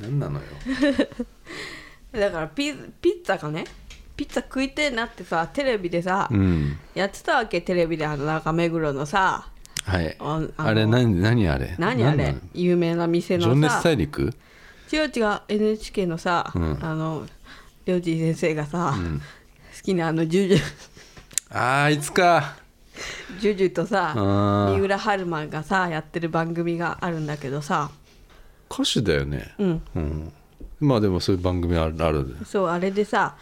何なのよだからピピッツァがねピッツァ食いてえなってさテレビでさ、うんやってたわけテレビであの中目黒のさはいああのれ何何あれ何あれなの有名な店の情さ熱大陸違う違う NHK のさ、んあのりょうじい先生がさ、好きなあのジュジ ュあーいつかジュジュとさあー三浦春馬がさやってる番組があるんだけどさ歌手だよねうんうんまあでもそういう番組あるあるそうあれでさ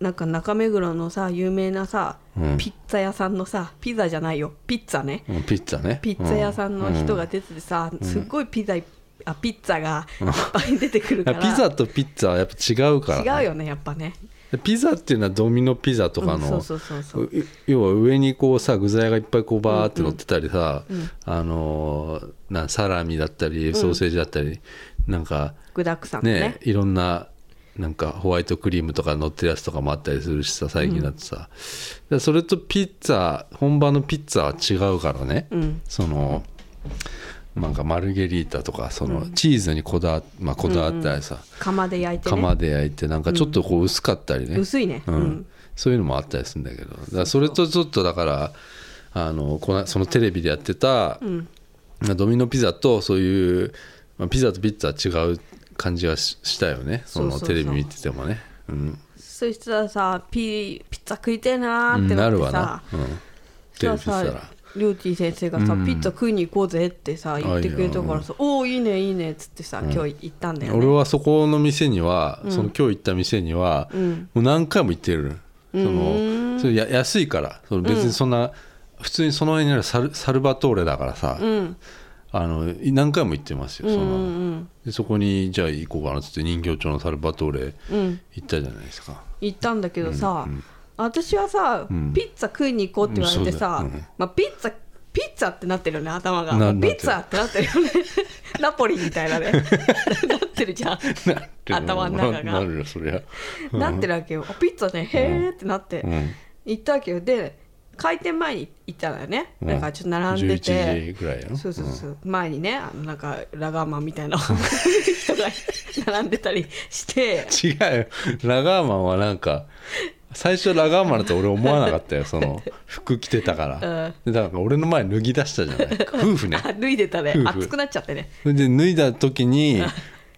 なんか中目黒のさ有名なさ、うんピッツァ屋さんのさピザじゃないよピッツァねうんピッツァねピッツァ屋さんの人がう出ててさ、すっごいピザいあピッツァがいっぱい出てくるいかやらピザとピッツァはやっぱ違うからね、違うよねやっぱねピザっていうのはドミノピザとかうんの、そうそうそうそうう要は上にこうさ具材がいっぱいこうバーって乗ってたりさ、あのーなサラミだったりソーセージだったり、なんか具だくさんのねねいろんななんかホワイトクリームとか乗ってるやつとかもあったりするしさ最近だとさ、でそれとピッツァ本場のピッツァは違うからね、うんそのなんかマルゲリータとかそのチーズにこだわ,、まあ、こだわったりさ、釜で焼いてね釜で焼いてなんかちょっとこう薄かったりね、薄いねううんん、そういうのもあったりするんだけどだからそれとちょっとだからあのこのそのテレビでやってた、まあドミノピザとそういう、まあ、ピザとピッツァは違う感じはししたよねそそうのそうそうテレビ見ててもね。うんそしたらさピピッツァ食いてえなーってななっるてわさな、、うん、じテレビゃあ見てたさら。りょうちぃ先生がさ、ピッツァ食いに行こうぜってさ言ってくれたからさ「おおいいねいいね」っつってさ、今日行ったんだよ俺ねはそこの店には、その今日行った店には、もう何回も行ってるそのそれや安いからその別にそんな、普通にその辺にあるサルサルバトーレだからさ、あのい何回も行ってますよその、でそこにじゃあ行こうかなっつって人形町のサルバトーレうん行ったじゃないです か、行ったんだけどさ、私はさ、ピッツァ食いに行こうって言われてさ、うんそうだよまあ、ピッツァピッツァってなってるよね頭がなピッツァってなってる よねナポリみたいなねなってるじゃん頭の中ながなるよそりゃ、なってるわけよあピッツァねへーってなって、うん、行ったわけよで開店前に行ったのよね、うんなんかちょっと並んでて11時ぐらいやろそうそうそう、前にねあのなんかラガーマンみた いな人が並んでたりして違うよラガーマンはなんか最初ラガーマンだと俺思わなか ったよその服着てたから、でだから俺の前脱ぎ出したじゃない 夫婦ねあ脱いでたね夫婦熱くなっちゃってねそれで脱いだ時に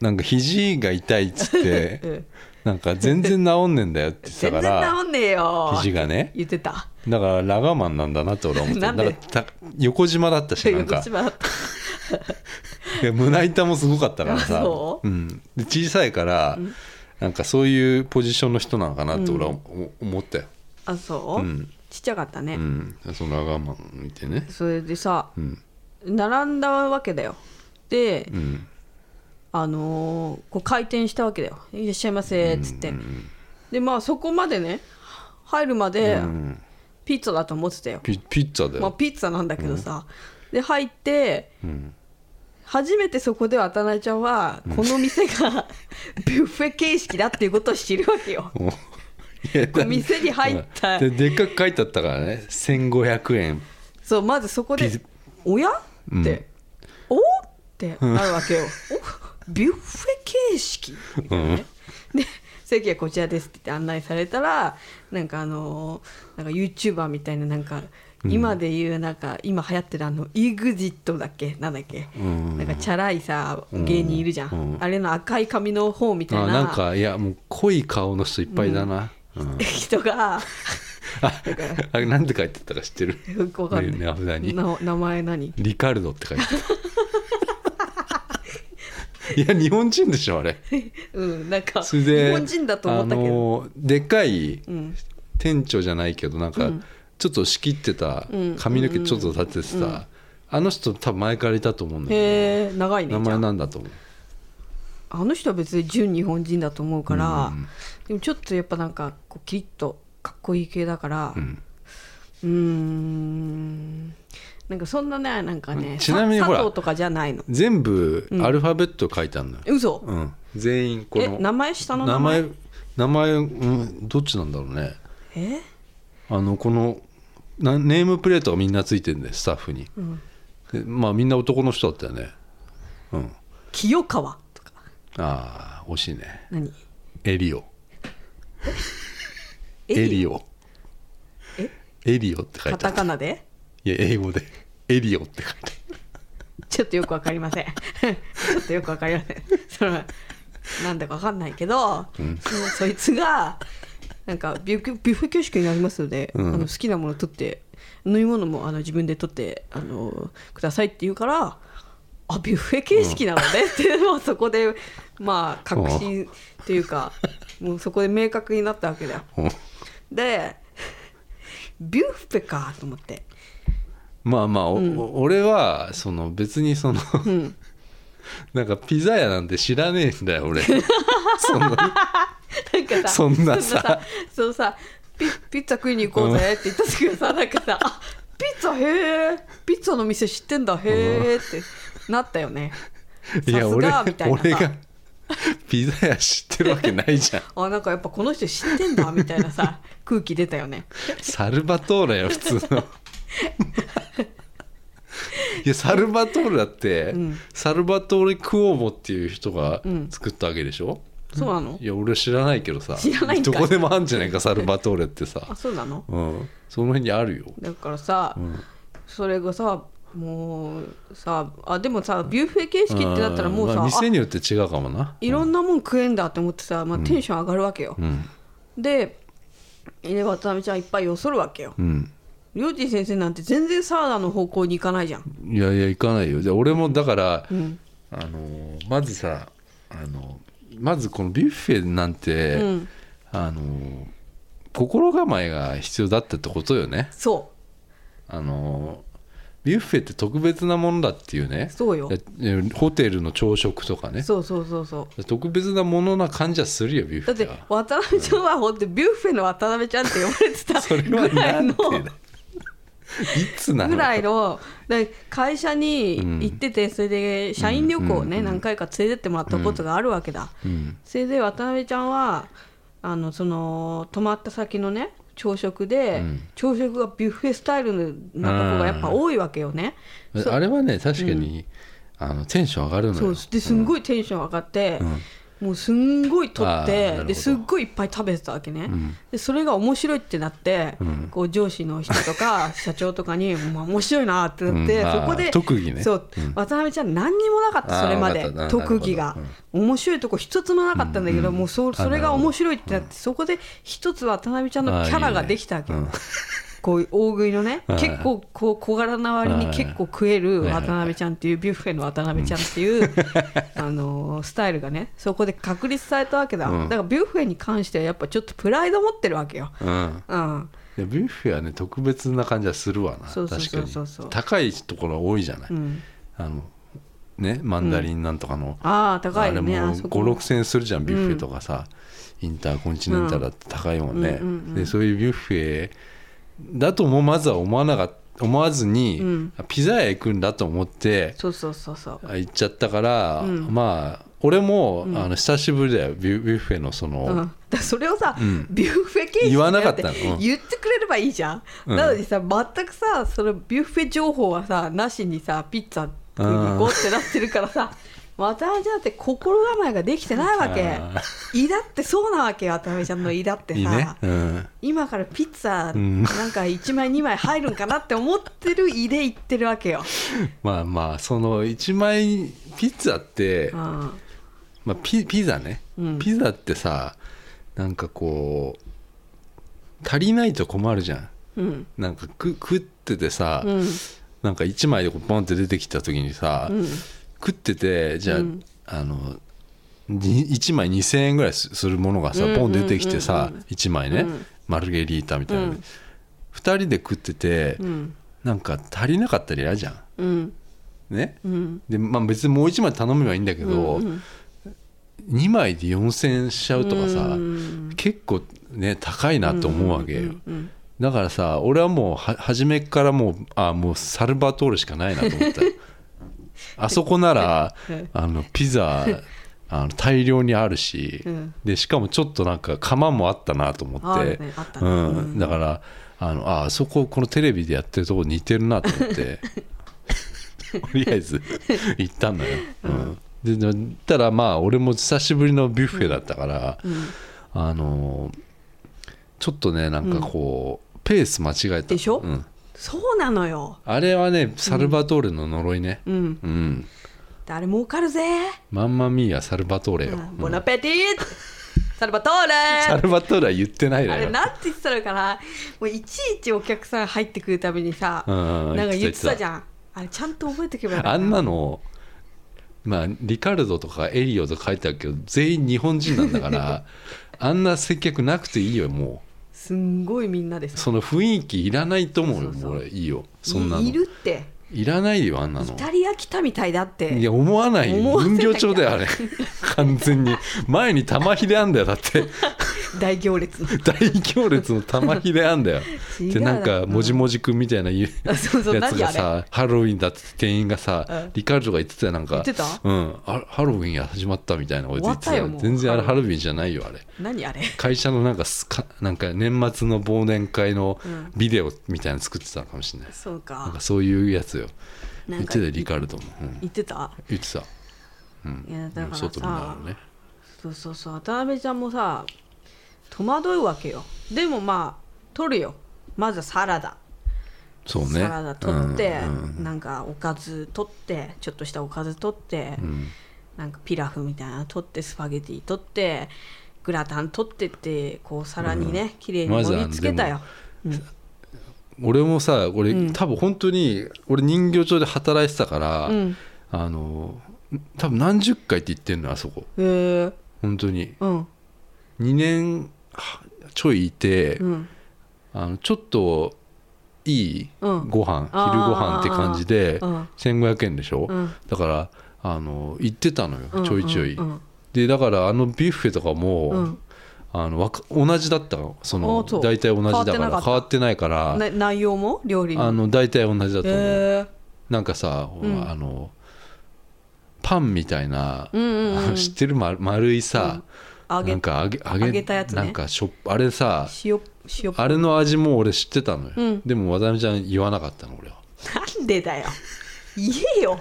なんか肘が痛いっつって、うんなんか全然治んねえんだよって言ってた全か然ら治んねえよ肘がね言ってただからラガーマンなんだなって俺は思ってなんでだからた横縞だったし なんか 横島だったいや胸板もすごかったからあさ そん、で小さいから、なんかそういうポジションの人なのかなって俺は思思ったよ、あそう、うんちっちゃかったね、うん、そのラガーマン見てね、それでさうん並んだわけだよで、うん、あのーこう開店したわけだよ「いらっしゃいませ」っつって、でまあそこまでね入るまでピッツァだと思ってたよ、ピピッツァだまよ、あ、ピッツァなんだけどさ、で入ってうん、初めてそこで渡辺ちゃんはこの店が ビュッフェ形式だっていうことを知るわけよ おいやだ店に入ったででっかく書いてあったからね1500円そうまずそこでピ「おや?」って「おってなるわけよ おビュッフェ形式 みたいなねで席はこちらですって言って案内されたらなんかあのーなんか YouTuber みたいななんか今で言うなんか今流行ってるあの EXIT だっけなんだっけんなんかチャラいさ芸人いるじゃんうんあれの赤い髪の方みたいあなんなかいやもう濃い顔の人いっぱいだな、うん人が ああれなんて書いてあったか知ってるよくわかんないね名札にな名前何リカルドって書いて あったいや日本人でしょあれうんなんかそれ日で本人だと思ったけあどのでっかいうん店長じゃないけどなんかちょっと仕切ってた、うん髪の毛ちょっと立ててた、あの人多分前からいたと思うんだけへえ長いどね名じ前ゃあなんだと思うあの人は別に純日本人だと思うから、うんでもちょっとやっぱなんかこうキリッとかっこいい系だからううんーんなんかそんなねなんかねちなみにさほら佐藤とかじゃないの全部アルファベット書いてあるのよ、嘘、うん全員こえの名前下の名名前前名前、うん、どっちなんだろうねえあのこのなネームプレートがみんなついてるんだよスタッフに、でまあみんな男の人だったよねうん清川とかああ惜しいね何エリオエエリリオエリオって書いカてあタったカいナでや英語でエリオって書いてあっちょっとよくわかりません ちょっとよくわかりません そのなんだかわかんないけど、そのそいつがなんかビュッビュッフェ形式になりますので、うんあの好きなもの取って飲み物もあの自分で取ってあのくださいって言うからあビュッフェ形式なのねって、もうそこでまあ確信というかもうそこで明確になったわけだよたうんでビュッフェかと思ってまあまあ、おお俺はその別にその、 なんかピザ屋なんて知らねえんだよ 俺そんななんかさそんなさそのさピピッツァ食いに行こうぜって言った時はさ、なんかさあピッツァへえピッツァの店知ってんだへえってなったよねいやさす俺がみたいなさ俺がピザ屋知ってるわけないじゃんあなんかやっぱこの人知ってんだみたい なさ空気出たよねサルバトーレよ普通 のいやサルバトーレだって、サルバトーレ・クオーモっていう人が作ったわけでしょ、そうなのいや俺知らないけどさ知らないんかどいこでもあるんじゃないかサルバトーレってさあそうなのうんその辺にあるよだからさ、んそれがさもうさあでもさビュッフェ形式ってなったらもうさ、んまああ店によって違うかもないろんなもん食えんだって思ってさ、まあ、テンション上がるわけよ、うんでで渡辺ちゃんいっぱいよそるわけようんりょうちん先生なんて全然サラダの方向に行かないじゃんいやいや行かないよじゃあ俺もだから、あのまずさあのまずこのビュッフェなんて、うんあの心構えが必要だったってことよねそあのビュッフェって特別なものだっていうねうそうよえホテルの朝食とかねそうそうそうそ特別なものな感じはするよビュッうフだってェは渡辺ちゃんはほんとビュッフェの渡辺ちゃんって呼ばれてたそれぐはらないんのてだいつなのぐらいので会社に行っててそれで社員旅行をね何回か連れてってもらったことがあるわけだうんそれで渡辺ちゃんはあのその泊まった先のね朝食で、うん朝食がビュッフェスタイルのなとこがやっぱ多いわけよね。そうあれはね確かに、あのテンション上がるのそうよですんごいテンション上がって、もうすんごい取っあーなるてほどですっごいいっぱい食べてたわけね、でそれが面白いってなって、こう上司の人と か社長とかに「まあ、面白いな」ってなって、うんあそーこで特技ねそう、渡辺ちゃん何にもなかったそれまあーでわかったな特技がなる、面白いとこ一つもなかったんだけど、もうそそれが面白いってなって、そこで一つ渡辺ちゃんのキャラができたわけよあーいいねこういう大食いのね、はい結構こう小柄な割に結構食えるはいはい渡辺ちゃんっていうビュッフェの渡辺ちゃんっ ていう、あのースタイルがねそこで確立されたわけだ、うんだからビュッフェに関してはやっぱちょっとプライド持ってるわけよ、うんうんうん、いやビュッフェはね特別な感じはするわなそうそう確かにそうそう高いところ多いじゃない、んあのねマンダリンなんとかの、ああ高あいれよもねあそこも56,000円するじゃんビュッフェとかさ、インターコンチネンタルだって高いもんね、うんうんうんでそういうビュッフェだともまずは思わなかっ思わずに、んピザ屋行くんだと思ってそうそうそうそうあ行っちゃったから、んまあ俺も、あの久しぶりだよビュビュッフェのその、うん、だからそれをさ、んビュッフェ形式言わなかったのだうん言ってくれればいいじゃん、うんなのにさ全くさそのビュッフェ情報はさなしにさピッツァ食いに行こうってなってるからさ渡辺ちゃんって心構えができてないわあけ胃だってそうなわけよ渡辺ちゃんの胃だってさいいね、うん、今からピッツァんなんか1枚2枚入るんかなって思ってる胃で行ってるわけよ、まあまあその1枚ピッツァって、うん、まあ、ピピザね、うんピザってさなんかこう足りないと困るじゃんうんなんかく食っててさ、うんなんか1枚でこうポンって出てきた時にさ、うん食っててじゃあ,、うんあの1枚2,000円ぐらいすするものがさうんポン出てきてさ、うん1枚ね、うんマルゲリータみたいな、う二ん2人で食ってて、うんなんか足りなかったり嫌じゃんうんねうんで、まあ、別にもう1枚頼めばいいんだけど、うん2枚で4,000円しちゃうとかさ、うん結構ね高いなと思うわけよ、うんうんだからさ俺はもうは初めからもうあもうサルバトールしかないなと 思ったあそこならうんあのピ ザあの大量にあるし、うんでしかもちょっとなんか釜もあったなと思あっるて、ねあったうねんうんだからあのああそここのテレビでやってるとこ 似てるなと思ってとりあえず行ったんだよ、うんでで行ったらまあ俺も久しぶりのビュッフェだったから、あのーちょっとねなんかこう、ペース間違えたでしょうん、そうなのよあれはねサルバトーレの呪いねうんうん、誰儲かるぜマンマミーヤサルバトーレよ、ボナペテ ィサルバトーサレルバトーレは言ってないあだれよなんて言ってたのかなもういちいちお客さん入ってくるたびにさ、うんうんなんか言言っってたてたじゃんあれちゃんと覚えておけばよかったあんなのまあリカルドとかエリオとか書いてあるけど全員日本人なんだから あんな接客なくていいよもすんごいみんなでうさその雰囲気いらないと思うよそうそうもう俺いいよそんなのいいるっていらないよあんなイのタリア来たみたいだっていや思わない思よわせな分きゃ量帳だよあれ完全に前に玉ひであんだよだって 大行列の 大行列の玉ひであんだよ違うでなんかもじもじくんみたいな言うあそうそうやつ何あがれさハロウィンだって店員がさ、うんリカルドが言ってたよなんか言ってたうん、あハロウィンが始まったみたいなこと言ってた終わったよもう全然あれハハロロウィンじゃないよあれ何あれ会社のなんかすかなんか年末の忘年会のうんビデオみたいなの作ってたのかもしれない、そうなんかかそういうやつよな言っんてかたよリカルドも、うん言ってた言ってた、ういやんだ、からさ外になるねそうそうそう渡辺ちゃんもさ戸惑うわけよでもまあ取るよまずはサラダそうねサラダ取って、うんうんなんかおかず取ってちょっとしたおかず取って、うんなんかピラフみたいなの取ってスパゲティ取ってグラタン取ってってこう皿にね、綺麗にまずは盛り付けたよ、俺もさ俺、多分本当に俺人形町で働いてたから、うんあの多分何十回って言ってんのあそこへえ本当にうん2年はちょいいて、うんあのちょっといいうんご飯、あー昼ご飯って感じで、うん1500円でしょ、うんだからあの行ってたのよ、うんちょいちょい、うんでだからあのビュッフェとかも、うんあのわか同じだったのそのあそう大体同じだから変わってなかった変わってないから、な内容も料理あもの大体同じだとへ思う、えなんかさ、んあのパンみたいな、うんうんあの知ってる丸丸いさ、揚なげんか揚げ揚揚げたやつなねんかしょっあれさ塩塩あれの味も俺知ってたのよ、うんでも渡辺ちゃん言わなかったの俺はなんでだよ言えよ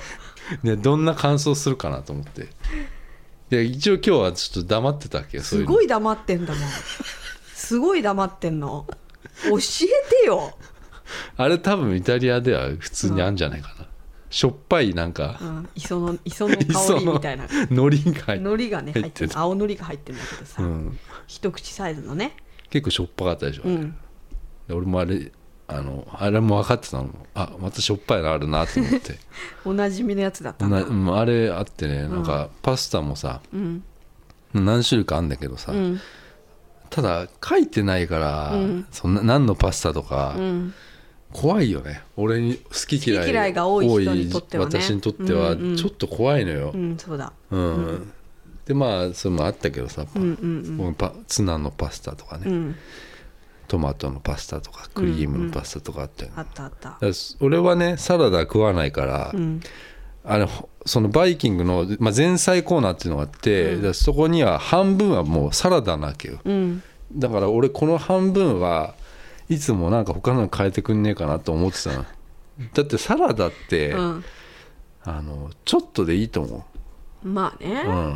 でどんな感想するかなと思ってで一応今日はちょっと黙ってたっけそういすうのごい黙ってんだもんすごい黙ってんの教えてよ、あれ多分イタリアでは普通にあんじゃないかな、しょっぱいなんかうん、磯の磯の香りみたいな海苔が入っ海苔がね入入っっててるた青海苔が入ってるんだけどさ、うん、一口サイズのね結構しょっぱかったでしょ、うんで俺もあれあのあれも分かってたのあまたしょっぱいのあるなと 思っておなじみのやつだったんだなうんあれあってねなんかパスタもさ、うん何種類かあんだけどさ、うんただ書いてないから、うんそんな何のパスタとか、うん怖いよね俺に好き嫌い好き嫌いが多い人にとってはね多い私にとってはうんうんちょっと怖いのよ、うんそうだうんでまあそれもあったけどさ、パうんうんもうパツナのパスタとかうね、んトマトのパスタとかクリームのパスタとかあったよね、あったあっただから俺はねサラダ食わないから、うんあのそのバイキングの、まあ、前菜コーナーっていうのがあって、だからそこには半分はもうサラダなわけようんだから俺この半分はいつもなんか他の変えてくんねえかなと思ってたのだってサラダって、うんあのちょっとでいいと思まあね、う、うん、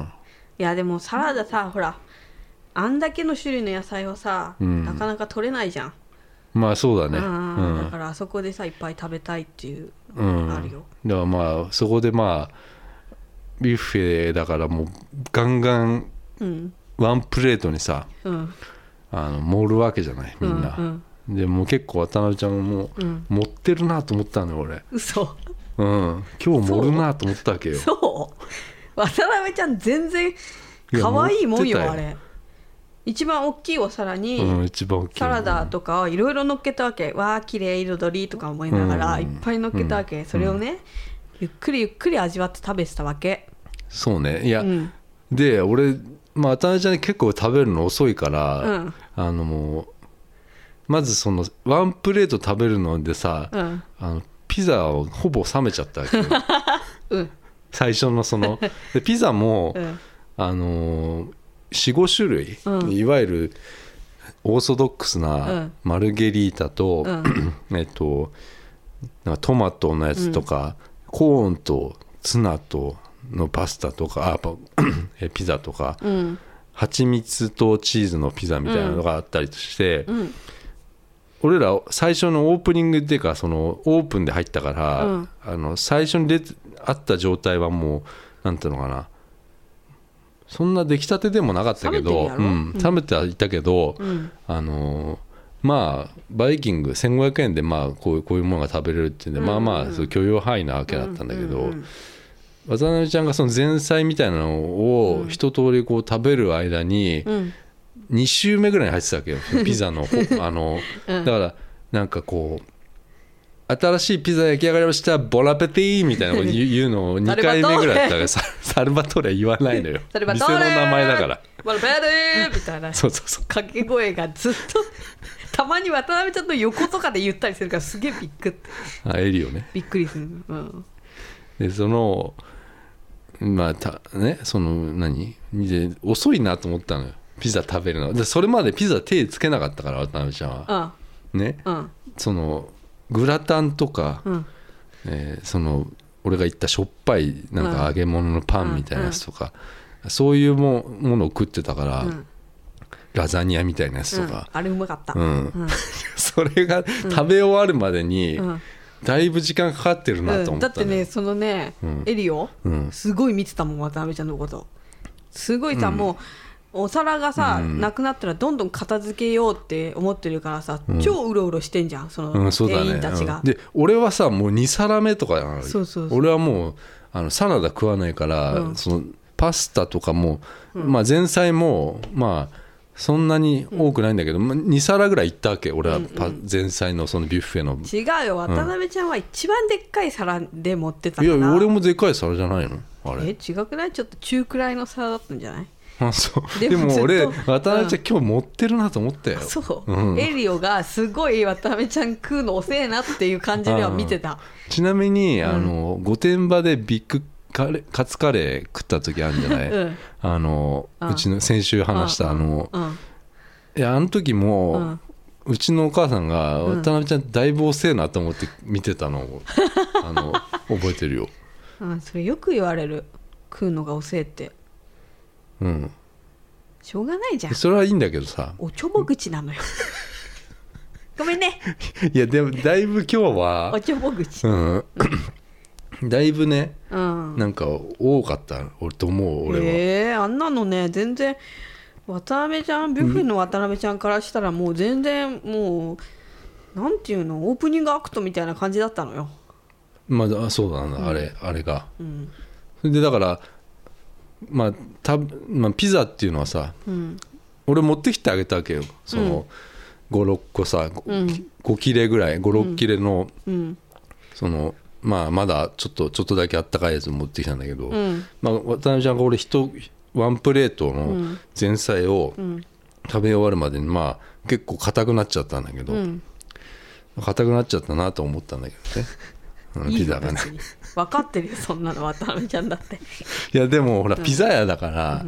いやでもサラダさほらあんだけの種類の野菜はさ、うんなかなか取れないじゃん、まあそうだねううんんだからあそこでさいっぱい食べたいっていううん、あるよだからまあそこでまあビュッフェだからもうガンガンうんワンプレートにさうんあの盛るわけじゃないみんな、うんでもう結構渡辺ちゃんももう、うん持ってるなと思ったのよ俺嘘うん今日盛るなと思ったわけよそう渡辺ちゃん全然や可愛いもんよ持ってあたよれ一番大きいお皿に、うん一番大きいサラダとかいろいろ乗っけたわけわあ綺麗彩りとか思いながらうんいっぱい乗っけたわけ、それをね、ゆっくりゆっくり味わって食べてたわけそうねいや、うんで俺まあ渡辺ちゃんね結構食べるの遅いから、うんあのもうまずそのワンプレート食べるのでさ、うんあのピザをほぼ冷めちゃったわけよ うん最初のそのでピザも、うんあのー、45種類、うんいわゆるオーソドックスうなんマルゲリータと、うん えっとなんかトマトのやつとか、コーンとツナとのパスタとかあパ えピザとかうん蜂蜜とチーズのピザみたいなのがあったりして、うん俺ら最初のオープニングっていうかそのオープンで入ったから、うんあの最初に出てあった状態はもうなんていうのかなそんな出来たてでもなかったけど冷めてるやうろんうん冷めてはいたけど、うんあのーまあバイキング1500円でまあこういうこういうものが食べれるっていうんで、うんまあうまんあそう許容範囲なわけだったんだけど、ううん渡辺ちゃんがその前菜みたいなのを一通りこう食べる間にうん2周目ぐらいに入ってた わけよピザのあのうんだからなんかこう新しいピザ焼き上がりましたボラペティみたいなこと言 う言うのを2回目ぐらいだったからササルバトーレは言わないのよ サル店バのトーレ名前だからバルベルみたいなそうそうそう掛け声がずっと たまに渡辺ちゃんの横とかで言ったりするからすげえびっくあエリオねびっくりする、うん、でそのまあたねその何で遅いなと思ったのよピザ食べるのでそれまでピザ手つけなかったから渡辺ちゃんはあねうんそのグラタンとか、うんえーその俺が言ったしょっぱいなんうんか揚げ物のパンみたいなやつとか、そういうもものを食ってたから、うんラザニアみたいなやつとか、うんあれうまかった、うんうん それが食べ終わるまでにうんだいぶ時間かかってるなとう思んっだたってのよねそのね、うんエリオ、うんすごい見てたもん渡辺ちゃんのことすごいさ、もうお皿がさ、うんなくなったらどんどん片付けようって思ってるからさ、超うろうろしてんじゃんそのうん、そうだ店ね、員たちが、うんで俺はさもう2皿目とかなのよそうそうそう俺はもうあのサラダ食わないから、うんそのパスタとかも、まあ、前菜もまあそんなに多くないんだけど、まあ、2皿ぐらい行ったわけ俺はパ、前菜のそのビュッフェの、い違うよ渡辺ちゃんは一番でっかい皿で持ってたから、や俺もでかい皿じゃないのあえれ違くないちょっと中くらいの皿だったんじゃない あそう ででももずっと俺うん渡辺ちゃん、今日持ってるなと思ったよそう、うんエリオがすごい渡辺ちゃん食うの遅えなっていう感じでは見てた、ちなみに、あの御殿場でビッグカレーカツカレー食った時あるんじゃない、うんあのうんうちの先週話したあのうんいやあの時も、ううんちのお母さんがうん渡辺ちゃんだいぶ遅えなと思って見てたの をあの覚えてるよ、うん、それよく言われる食うのが遅えってうん、しょうがないじゃんそれはいいんだけどさおちょぼ口なのよ ごめんねいやでもだいぶ今日おは、ちょぼ口うん、 だいぶねうんなんか多かった俺と思う俺は、えーあんなのね全然渡辺ちゃんビュッフェの渡辺ちゃんからしたらもう全然もうなんていうのオープニングアクトみたいな感じだったのよ、まああそうだな、あれあれがうんそれでだからまあた、まあ、ピザっていうのはさうん俺持ってきてあげたわけよその、56個さ 5,、うん5切れぐらい56切れの、うんそのまあまだちょっとちょっとだけあったかいやつ持ってきたんだけど、うんまあ、渡辺ちゃんが俺一ワンプレートの前菜をうん食べ終わるまでにまあ結構硬くなっちゃったんだけど、うん硬くなっちゃったなと思ったんだけ どねあのいピいよザがね別に分かってるよそんなの渡辺ちゃんだっていやでもほらピザ屋だから、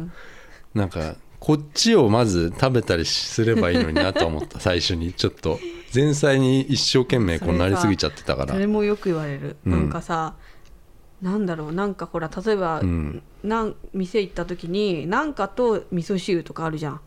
なんかこっちをまず食べたりすればいいのになと思った 最初にちょっと前菜に一生懸命こうなりすぎちゃってたからそれもよく言われる、うんなんかさなんだろうなんかほら例えば、うんなん店行った時になんかと味噌汁とかあるじゃん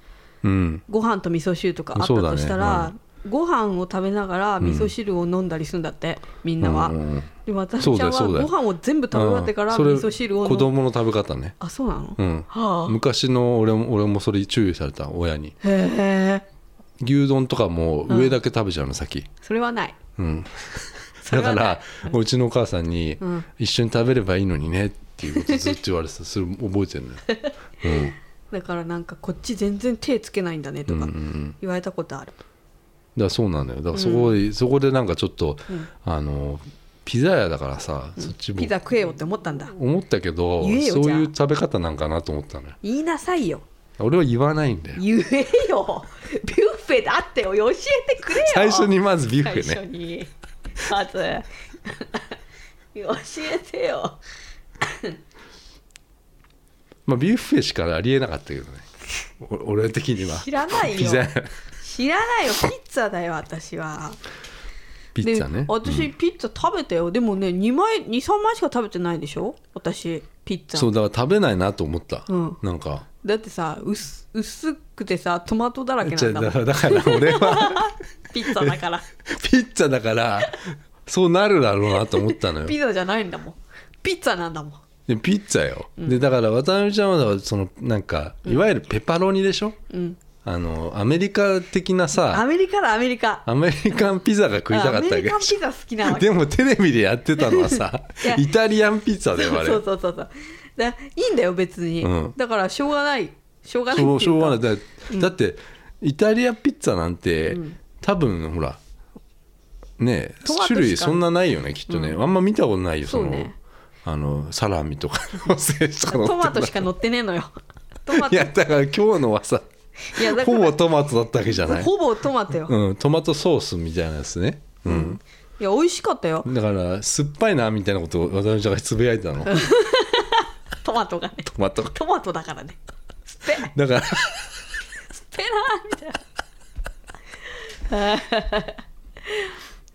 うんご飯と味噌汁とかあったそうだとねしたら、ご飯を食べながら味噌汁を飲んだりするんだって、みんなは、うんうんうんで私ちそうだゃんよはそうだごよ飯を全部食べ終わってからうん味それ噌汁を子飲む供の食べ方ねあそうなの、うんは昔の俺も俺もそれ注意された親にあへえ牛丼とかも上だけ食べちゃうの先、それはないうん、 それだはかないらうちのお母さんにうん「一緒に食べればいいのにね」っていうことずっと言われてたそれ覚えて るのよ、うんだからなんかこっち全然手つけないんだねとかうんうんうん言われたことある、だからそうなんだよだからそこで、そこでなんかちょっと、あのピザ屋だからさ、そっちもピザ食えよって思ったんだ思ったけど言えよそういうじ食べ方なんかなと思ったのよ言いなさいよ俺は言わないんだよ言えよビュッフェだってよ教えてくれよ最初にまずビュッ最フェ初ねにまず教えてよまあビュッフェしかありえなかったけどねお俺的には知らないよピザ屋知らないよピッツァだよ私はピッツァねで私ピッツァ食べたよ、でもね2枚23枚しか食べてないでしょ私ピッツァそうだから食べないなと思った、うんなんかだってさ薄薄くてさトマトだらけじなゃんだもだんからだから俺は ピッツァだからピッツァだからそうなるだろうなと思ったのよピザじゃないんだもんピッツァなんだもんでピッツァよ、でだから渡辺ちゃんはだからそのなんかいわゆるペパロニでしょ、うんあのアメリカ的なアさメリカだアメリカアメリカンピザが食いたかったわアメけリカンピザ好きなわけ でもテレビでやってたのはさいやイタリアンピッツァだよあれそうそうそうそうだいいんだよ別に、うんだからしょうがないしょうがないっていそううかしょうがないだ,、だってイタリアピッツァなんて、多分ほらねえトマトしか種類そんなないよねきっとね、あんま見たことないよそのそうねあのサラミとかのせいとか乗ってトんだマトしか乗ってねえ のよトマいトいややだから今日のはさだかほらぼトマトだったわけじゃない、ほぼトマトよ、いうん、トマトソースみたいなやつね、うんや美味しかったよだから酸っぱいなみたいなことを渡辺ちゃんがつぶやいた のトトマトがねマトがトマトだからねスペラだからスペラみたい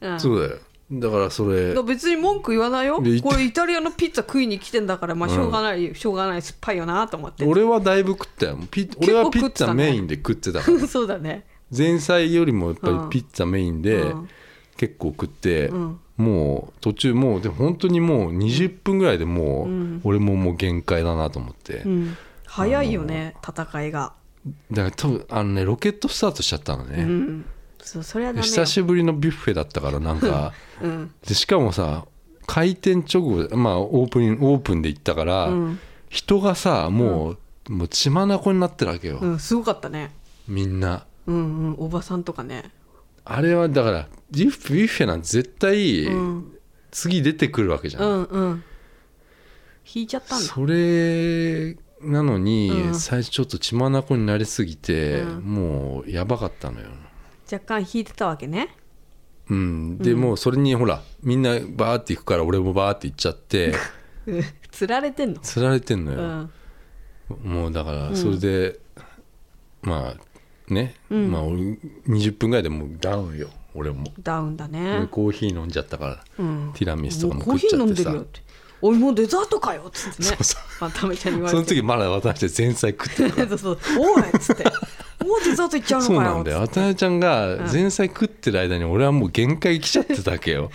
なうんそうだよだからそれだから別に文句言わないよでこれイタリアのピッツァ食いに来てんだからまあしょうがない、しょうがない酸っぱいよなと思って俺はだいぶ食ったよピッ結俺構はピッツ食ってたァねメインで食ってたからそうだね 前菜よりもやっぱうんりピッツァメインでうん結構食って、んもう途中もうでも本当にもう20分ぐらいでもう、俺ももう限界だなと思って、うん早いよね戦いがだから多分あのねロケットスタートしちゃったのうね、んそうそれはダメよ久しぶりのビュッフェだったからなん かうんでしかもさ開店直後まあオープンオープンで行ったから、うん人がさもう,、もう血まなこになってるわけよ、うんすごかったねみんな。うんうんおばさんとかねあれはだからビュッフェビュッフェなんて絶対ん次出てくるわけじゃ、うんんうん引いちゃったんだそれなのに、うん最初ちょっと血眼になりすぎて、うんもうやばかったのよ若干引いてたわけ ねうんで、もうそれにほらみんなバーって行くから俺もバーって行っちゃってうん釣られてんのつられてんのうよ、んもうだからそれで、まあね、まあ俺20分ぐらいでもうダウンよ俺もダウンだ俺ねコーヒー飲んじゃったから、うんティラミスともかうもコー食っちヒーゃ飲っんてでるさよっておいもうデザートかよっつってね そうそまあためちゃんに言わそれのて時まだ私たち前菜食ってる そうそうおいっつってもうデザートいっちゃうのそうかなよんっだつよって渡辺ちゃんが前菜食ってる間に俺はもう限界来ちゃってたわけ よ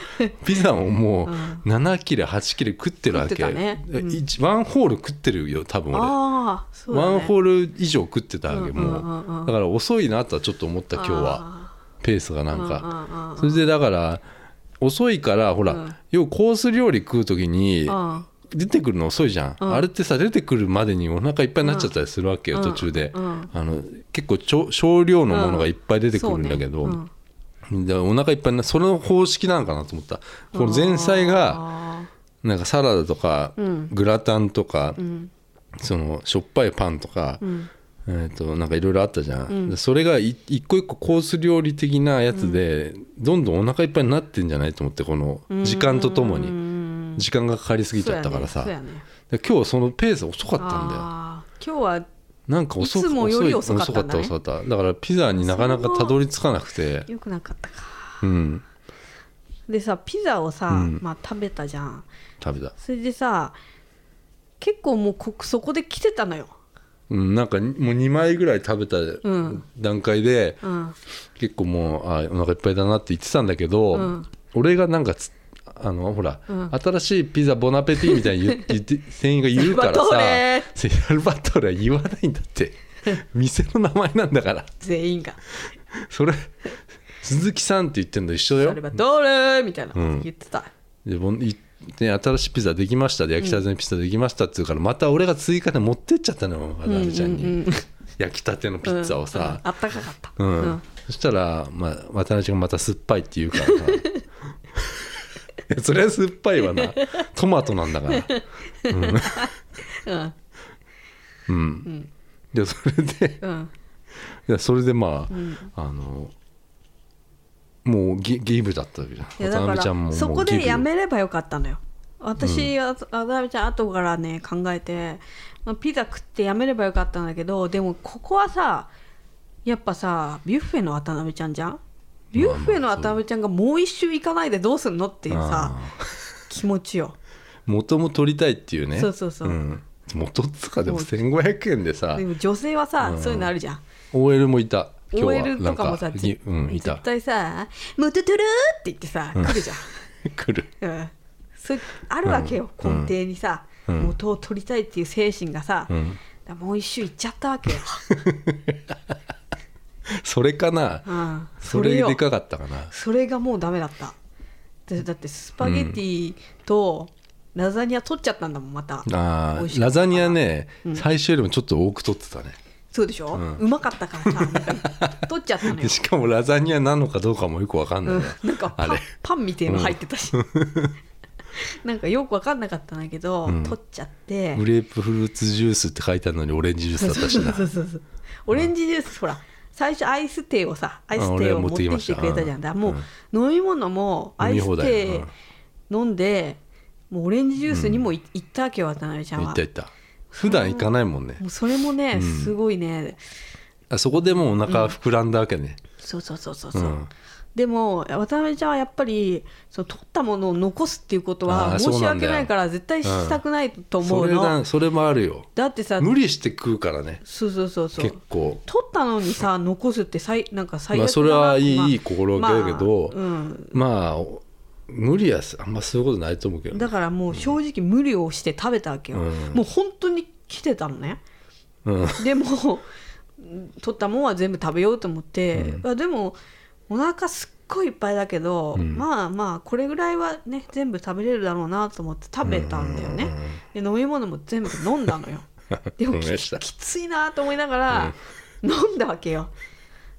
ピザももう7切れ8切れ食ってるわけ食ってたねうん一ワンホール食ってるよ多分俺、ああそうだワねンホール以上食ってたわけうんうんうんうんもうだから遅いなとはちょっと思った今日はあペースがなんうんうんうんかうんそれでだから遅いからほら、うん要はコース料理食う時にーあ出てくるの遅いじゃん、うんあれってさ出てくるまでにお腹いっぱいになっちゃったりするわけよ、うん途中で、うんあの結構ちょ少量のものがいっぱい出出てくるんだけど、そうねうんでお腹いっぱいになその方式なのかなと思ったこの前菜があなんかサラダとか、うんグラタンとか、ーうんそのしょっぱいパンとか、うんえー、となんかいろいろあったじゃん、うんでそれがい一個一個コース料理的なやつで、どんどんお腹いっぱいになってんじゃないと思ってこの時間とともうにん時間がかかりすぎちゃったからさ、そうやねそうやねで今日そのペース遅かったんだよあー今日はなんか遅くいつもより遅かったんだね遅かった遅かっただからピザになかなかたどり着かなくて良くなかったかうんでさピザをさ、うんまあ、食べたじゃん食べた、それでさ結構もうこそこで来てたのようん、なんかにもう2枚ぐらい食べたん段階で、うん結構もうあお腹いっぱいだなって言ってたんだけど、うん俺がなんかつあのほら、うん新しいピザボナペティみたいに言言 って店員が言うからさセルバトレは言わないんだって 店の名前なんだから全員がそれ鈴木さんって言ってんの一緒だ「サよルバドール!」みたいなうん言ってた、でぼんいね新しいピザできましたで焼きたてのピザできましたって言うから、また俺が追加で持ってっちゃったのよ渡辺ちゃんに、うんうんうん焼きたてのピッツァをさうん、あったかかった、うんうんそしたら、まあ、渡辺ちゃんがまた酸っぱいって言うからさいや それは酸っぱいわなトマトなんだからううんん、でそれでうんいやそれでまあ、あのもうギギブだったわけじゃんいやだ渡か辺ちゃんもらそもこうギブでやめればよかったのよ私、あ渡辺ちゃん後からね考えてまあピザ食ってやめればよかったんだけどでもここはさやっぱさビュッフェの渡辺ちゃんじゃんビュッフェの渡辺ちゃんがもう一周行かないでどうすんのっていうさあ気持ちよ元も取りたいっていうね、そうそうそうん元っつうかでも1500円でさでも女性はさ、うんそういうのあるじゃん OL もいた今日は OL なとんかもさにうんいた絶対さ「ムトゥトゥルー!」って言ってさ来るじゃん、 来るうん、それあるわけよ、うん根底にさ、うん元を取りたいっていう精神がさ、うんだからもう一周いっちゃったわけよ、それかな、うん、そそれれよでかかったかなそれがもうダメだったでだってスパゲティとラザニア取っちゃったんだもんまた、あ美味しーかラったザニアね、最初よりもちょっと多く取ってたねそうでしょ、ううんまかったからさ取っちゃったのよで、しかもラザニアなのかどうかもよくわかんなういんね、、なんかパあンれパンみたいの入って たし、なんかよく分かんなかったんだけど、うん取っちゃって グレープフルーツジュースって書いてあるのにオレンジジュースだったしなそうそうそうオレンジジュース、ほら最初アイステーをさアイステーを俺持持っっててきまきしてたくれたじゃんだからもう、飲み物もア飲イみス放題テー飲んで、もうオレンジジュースにもい行ったわけよ渡辺ちゃん行はった行った普段行かないもんねもうそれもね、すごいねあそこでもうお腹膨らんだわけね、そうそうそうそううそんう、でも渡辺ちゃんはやっぱりその取ったものを残すっていうことはあー申そうしなんだ訳よないから絶対したくないと思そうれの、だそれもあるよだってさ無理して食うからねそうそうそうそう結構取ったのにさ残すって最なんか最悪だなまあそれはいいまあいい心がけだけどまあうん、まあお無理やすあんまそういうことないと思うけどねだからもう正直無理をして食べたわけよ、うんもう本当に来てたのねうん でも取ったもんは全部食べようと思って、あでもお腹すっごいいっぱいだけど、んまあまあこれぐらいはね全部食べれるだろうなと思って食べたんだよね、で飲み物も全部飲んだ のよでも飲みきましたきついなと思いながら、飲んだわけよ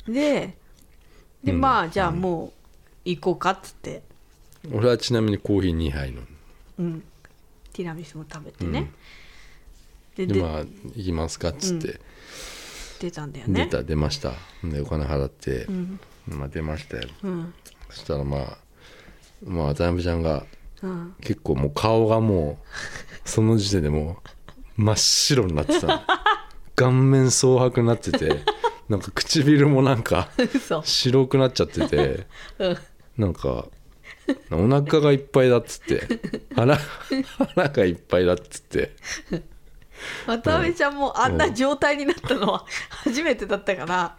ででまあじゃあもう行こうかっつって、俺はちなみにコーヒー2杯飲んでうん、ティラミスも食べてね、でででまあ行きますかっつって、出たんだよ出ねた出ましたでお金払って、んまあ、出ましたようんそしたらまあまあ渡辺ちゃんがうん結構もう顔がも うその時点でもう真っ白になってたの顔面蒼白になっててなんか唇もなんか嘘白くなっちゃっててうんなんかお腹がいっぱいだっつって腹 腹がいっぱいだっつって渡辺ちゃんもあんな状態になったのは初めてだったから、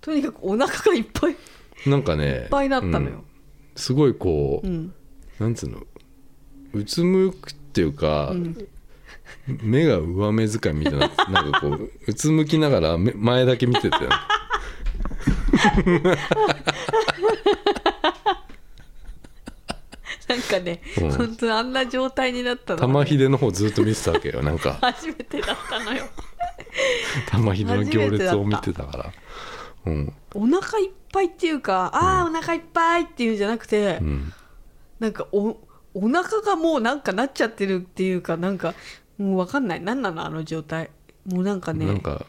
とにかくお腹がいっぱいいっなんかねいっぱいになったのよ、すごいこう、うんなんつうのうつむくっていうか、目が上目遣いみたいななんかこ ううつむきながら目前だけ見てたよなんかね、うん本当にあんな状態になったのは玉ね、ひでの方ずっと見てたわけよなん か初めてだったのよ玉ひでの行列を見てたからうんお腹いっぱいっていうかああーお腹いっぱいっていうんじゃなくて、うんなんかおお腹がもうなんかなっちゃってるっていうかなんかもうわかんない何なのあの状態もうなんかねなんか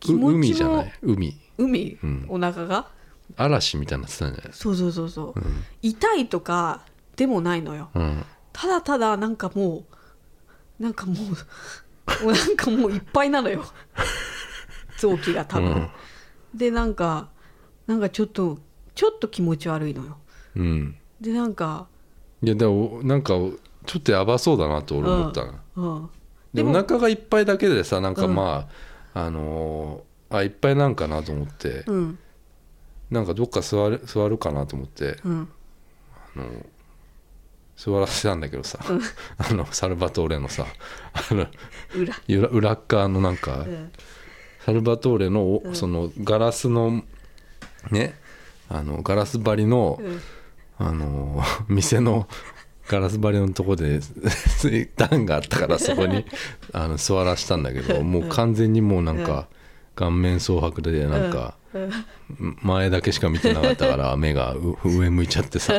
気う持ちも海じゃない海海、うんお腹が嵐みたいになってたんじゃないそうそうそうそう、痛いとかでもないのようんただただなんかもうなんかもうもうなんかもういっぱい なのよ臓器が多分、でなんかなんかちょっとちょっと気持ち悪いのようんでなんかいやでもなんかちょっとやばそうだなと俺思ったな、うんででもお腹がいっぱいだけでさなんかまあ、あのーあいっぱいなんかなと思って、うんなんかどっか座る座るかなと思ってうん座らせたんだけどさ、 あのサルバトーレのさあの裏裏裏っ側のなんか、うんサルバトーレの、おうんそのガラスのねあのガラス張りの、うんあの ー店のガラス張りのとこで 段があったからそこ にあの座らしたんだけどもう完全にもうなんか顔面蒼白でなんかうん前だけしか見てなかった から目がう上向いちゃってさ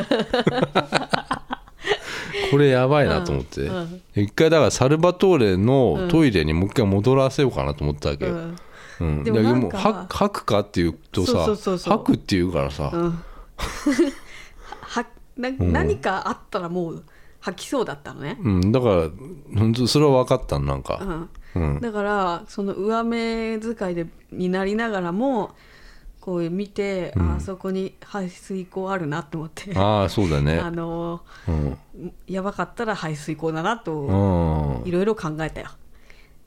これやばいなと思ってうんうん一回だからサルバトーレのトイレにもう一回戻らせようかなと思ったわけうよ。んうんででもなんもかは吐くかっていうとさそうそうそうそう吐くっていうからうさんはなうん何かあったらもう吐きそうだったのね、うんだから本当それは分かったのなんうかん、うんだからその上目遣いでになりながらもこう見て、うんああそこに排水溝あるなと思ってああそうだねあのうんやばかったら排水溝だなとうんいろいろ考えたよ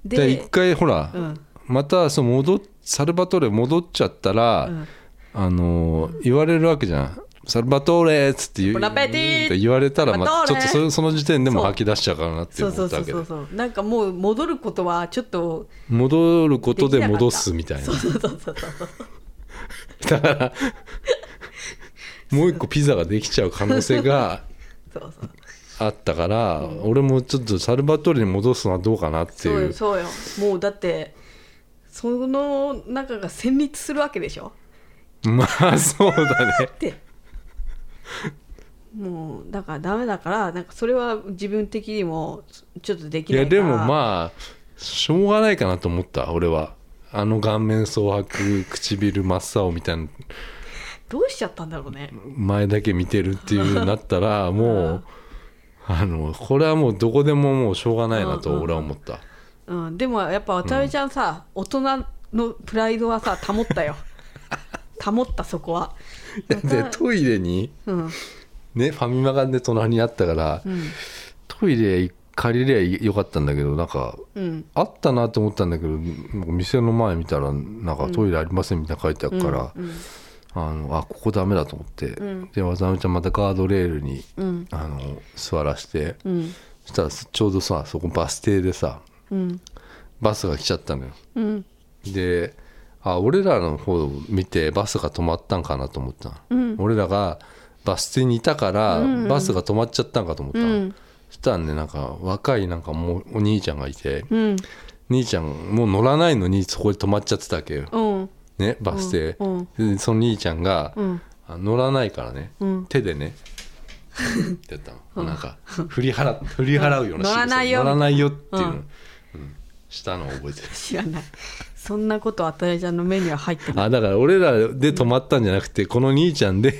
でで一回ほら、うんまたその戻っサルバトーレ戻っちゃったら、うんあのー言われるわけじゃん「サルバトーレ」っつって言うボナペティって言われたら、まあ、ボナちペテょィっとそその時点でも吐き出しちゃうかなってそう思そうったそわうけそうでそうなんかもう戻ることはちょっと戻ることできなかった戻すみたいなそうそうそうそうそうだからもう一個ピザができちゃう可能性がそうそうあったから、俺もちょっとサルバトーレに戻すのはどうかなってそういようそうよもうだってその中が戦慄するわけでしょまあそうだねってもうだからダメだからなんかそれは自分的にもちょっとできいなやいからでもまあしょうがないかなと思った俺はあの顔面蒼白唇真っ青みたいなどうしちゃったんだろうね前だけ見てるっていうなったらもうあのこれはもうどこでももうしょうがないなうんうんとうん俺は思ったうん、でもやっぱ渡辺ちゃんさ、大人のプライドはさ保った よ保ったそこはでトイレにうんねファミマがね隣にあったからうんトイレ借りりゃよかったんだけどなんかうんあったなと思ったんだけどなんか店の前見たらなんかトイレありませんみたいな書いてあるから、うんあのあここダメだと思って、んで渡辺ちゃんまたガードレールにうんあの座らしてうんそしたらちょうどさそこバス停でさうんバスが来ちゃったのようんであ俺らの方を見てバスが止まったんかなと思ったの、うん俺らがバス停にいたから、バスが止まっちゃったんかと思ったの、うんそしたらねなんか若いなんかもうお兄ちゃんがいて、うん兄ちゃんもう乗らないのにそこで止まっちゃってたわけよ、うんねバス停、うんでその兄ちゃんが、うんあ乗らないからね、うん手でねってやったの、なんか振り払振り払うような仕草乗らないよ乗らないよっていうの、うんうんしたのを覚えてる知らないそんなこと渡辺ちゃんの目には入ってないあだから俺らで止まったんじゃなくてこの兄ちゃんでん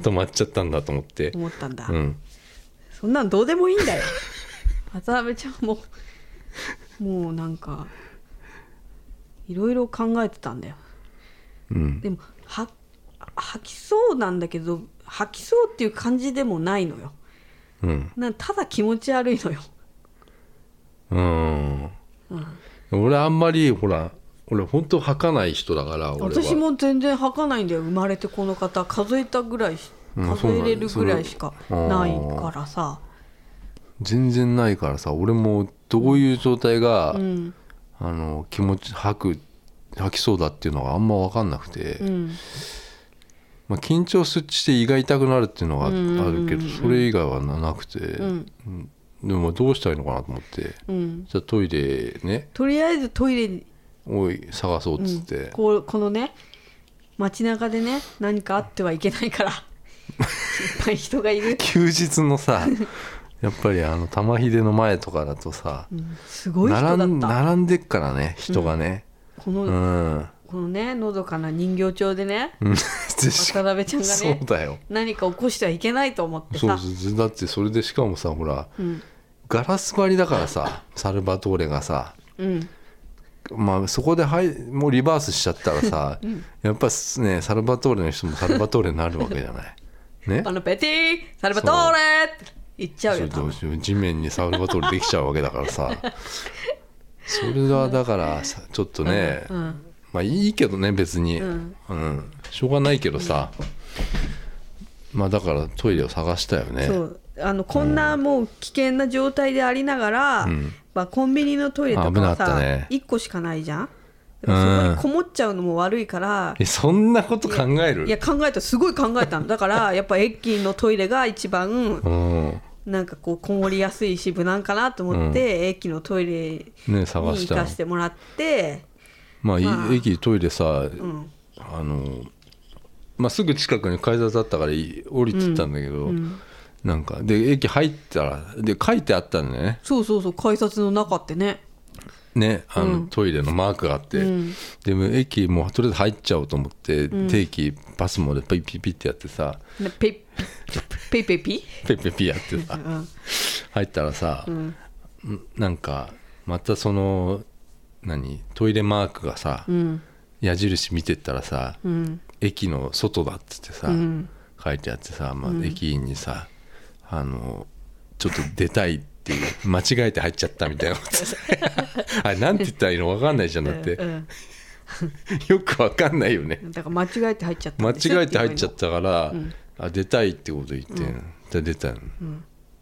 止まっちゃったんだと思って、思ったんだ、うん、そんなんどうでもいいんだよ 渡辺ちゃんももうなんかいろいろ考えてたんだようん、でもは吐きそうなんだけど吐きそうっていう感じでもないのようん、なんただ気持ち悪いのようん、俺あんまりほら俺本当吐かない人だから俺は私も全然吐かないんだよ生まれてこの方数えたぐらいしうん数えれるぐらいしかそうななんいだそれからさ全然ないからさ俺もどういう状態が、うんあの気持ち吐く吐きそうだっていうのがあんま分かんなくて、うんまあ、緊張して胃が痛くなるっていうのがあるけど、それ以外はななくて、んうんでもまあどうしたらいいのかなと思ってうんじゃあトイレねとりあえずトイレにおい探そうっつって、こうこのね街中でね何かあってはいけないから いっぱい人がいる、休日のさ やっぱりあの玉秀の前とかだとさ、うんすごい人だ並んった並んでっからね人がねこの、うん、このねのどかな人形町でねうん 渡辺ちゃんがそうねだよ何か起こしてはいけないと思ってそさうそうだってそれでしかもさほらうんガラス張りだからさサルバトーレがさうんまあそこではいもうリバースしちゃったらさ、やっぱすねサルバトーレの人もサルバトーレになるわけじゃ ない。ね「パナペティサルバトーレ!」って言っちゃうそよう多どう分しよう地面にサルバトーレできちゃうわけだからさ それはだからさちょっとね、うんまあいいけどね別に、うんんしょうがないけどさ、まあだからトイレを探したよね。そうあのこんなもう危険な状態でありながら、まあ、コンビニのトイレとかは危なかさ、ったね1個しかないじゃんだからそこにこもっちゃうのも悪いから、えそんなこと考えるいや考えたすごい考えたのだからやっぱ駅のトイレが一番うんなんかこうこもりやすいし無難かなと思って、駅のトイレにね探し行たのかしてもらってまあ、いまあ駅トイレさ、んあのまあ、すぐ近くに改札あったからい降りてったんだけど、なんかで駅入ったらで書いてあったんだよねそうそうそう改札の中ってねねあの、トイレのマークがあって、でも駅もうとりあえず入っちゃおうと思って、定期パスモでピッピッピッってやってさねペイペイペイピピッピッピッやってさうん入ったらさ、んなんかまたその何トイレマークがさ、うん矢印見てったらさ、うん駅の外だっつってさ、うん書いてあってさ、まあ、駅員にさ、あのちょっと出たいっていう間違えて入っちゃったみたいなこと さあれなんて言ったらいいの分かんないじゃんだってうん よく分かんないよねうん、だから間違えて入っちゃった間んでしょ違えて入っちゃったから、んあ出たいってこと言って、で出たの、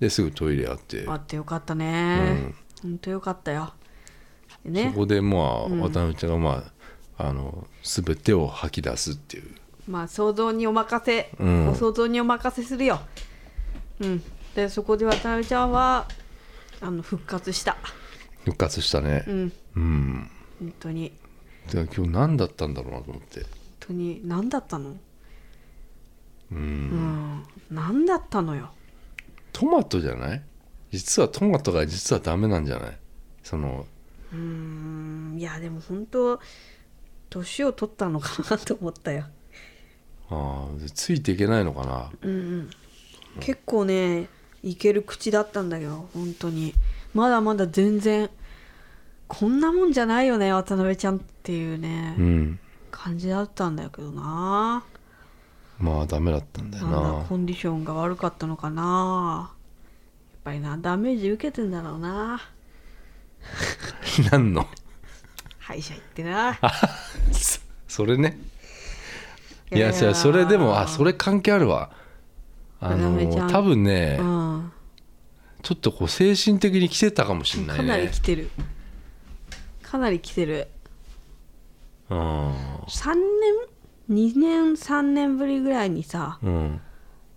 ですぐトイレあってあってよかったね、ほんとよかったよでそねこでまあ、渡辺ちゃんがまああの全てを吐き出すっていうまあ想像にお任せ、うんお想像にお任せするようんでそこで渡辺ちゃんはあの復活した復活したねうんうん、本当にてか今日何だったんだろうなと思って本当に何だったのうん、何だったのよトマトじゃない実はトマトが実はダメなんじゃないそのうーんいやでも本当年を取ったのかなと思ったよあーついていけないのかなうんうん結構ねいける口だったんだよ本当にまだまだ全然こんなもんじゃないよね渡辺ちゃんっていうね、うん感じだったんだけどなまあダメだったんだよなんだなコンディションが悪かったのかなやっぱりなダメージ受けてんだろうな 何の歯医者行ってなそそれねいいややいやそれそれでもあそれ関係あるわあ渡辺ちゃんの多分ね、うんちょっとこう精神的に来てたかもしれないかねなり来てるかなり来てるう3年2年3年ぶりぐらいにさん、うん、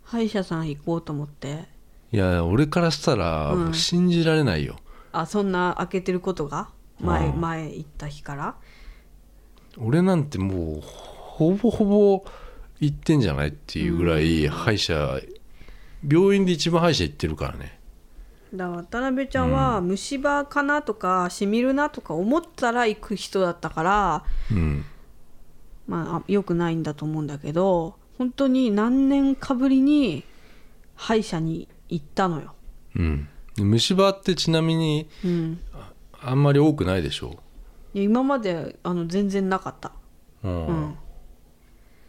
歯医者さん行こうと思っていや俺からしたらうんもう信じられないよ、あそんな開けてることが前、うん前行った日から俺なんてもうほぼほぼ行ってんじゃないっていうぐらい歯医者、病院で一番歯医者行ってるからねだから渡辺ちゃんは虫歯かなとかしみるなとか思ったら行く人だったからうんまああ良くないんだと思うんだけど本当に何年かぶりに歯医者に行ったのよ、うん虫歯ってちなみにうん、あんまり多くないでしょいや今まであの全然なかった、う、んうん、